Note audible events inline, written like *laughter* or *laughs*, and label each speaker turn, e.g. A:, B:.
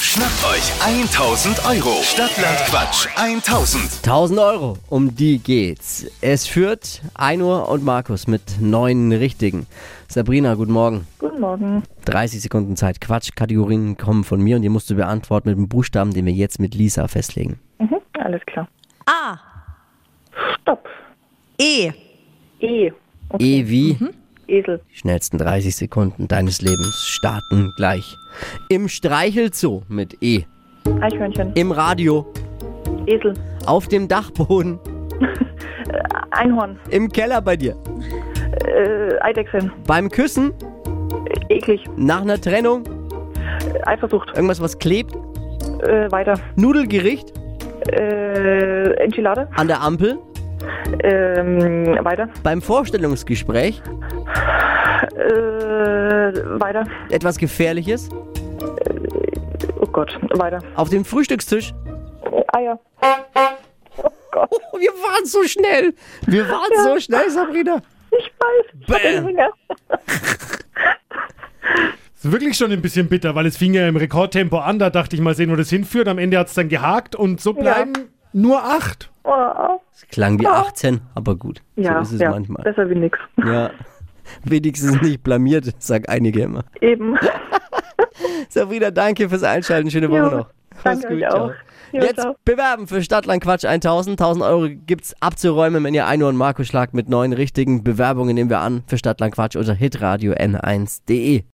A: Schnappt euch 1000 Euro. Stadtland Quatsch 1000.
B: 1000 Euro, um die geht's. Es führt Einur und Markus mit neun richtigen. Sabrina, guten Morgen.
C: Guten Morgen.
B: 30 Sekunden Zeit. Quatschkategorien kommen von mir und die musst du beantworten mit dem Buchstaben, den wir jetzt mit Lisa festlegen.
C: Mhm, alles klar.
D: A.
C: Stopp.
D: E.
C: E.
B: E wie?
C: Esel.
B: Die schnellsten 30 Sekunden deines Lebens starten gleich. Im Streichelzoo mit E.
C: Eichhörnchen.
B: Im Radio.
C: Esel.
B: Auf dem Dachboden.
C: Einhorn.
B: Im Keller bei dir.
C: Äh, Eidechsen.
B: Beim Küssen.
C: Eklig.
B: Nach einer Trennung.
C: Eifersucht.
B: Irgendwas, was klebt.
C: Äh, weiter.
B: Nudelgericht.
C: Äh, Enchilade.
B: An der Ampel.
C: Ähm, weiter.
B: Beim Vorstellungsgespräch.
C: Äh, weiter.
B: Etwas Gefährliches.
C: Oh Gott. Weiter.
B: Auf dem Frühstückstisch. *laughs*
C: Eier.
B: Oh, wir waren so schnell. Wir waren so schnell, Sabrina.
C: Ich weiß. Ich hab den
B: Bam.
C: Hunger.
E: Ist wirklich schon ein bisschen bitter, weil es fing ja im Rekordtempo an. Da dachte ich mal sehen, wo das hinführt. Am Ende hat es dann gehakt und so bleiben nur acht.
C: Oh.
B: Klang wie 18, aber gut.
C: Ja,
B: so ist es
C: ja.
B: manchmal.
C: Besser wie nix.
B: Ja. Wenigstens nicht blamiert, sagen einige immer.
C: Eben.
B: Sabrina, danke fürs Einschalten. Schöne Woche
C: Jo,
B: noch.
C: danke euch auch.
B: ciao.
C: Jo,
B: Jetzt
C: ciao.
B: bewerben für Stadtland Quatsch 1000. 1000 Euro gibt's abzuräumen, wenn ihr ein und Marco schlagt mit neun richtigen Bewerbungen nehmen wir an für Stadtland Quatsch unter hitradio n1.de.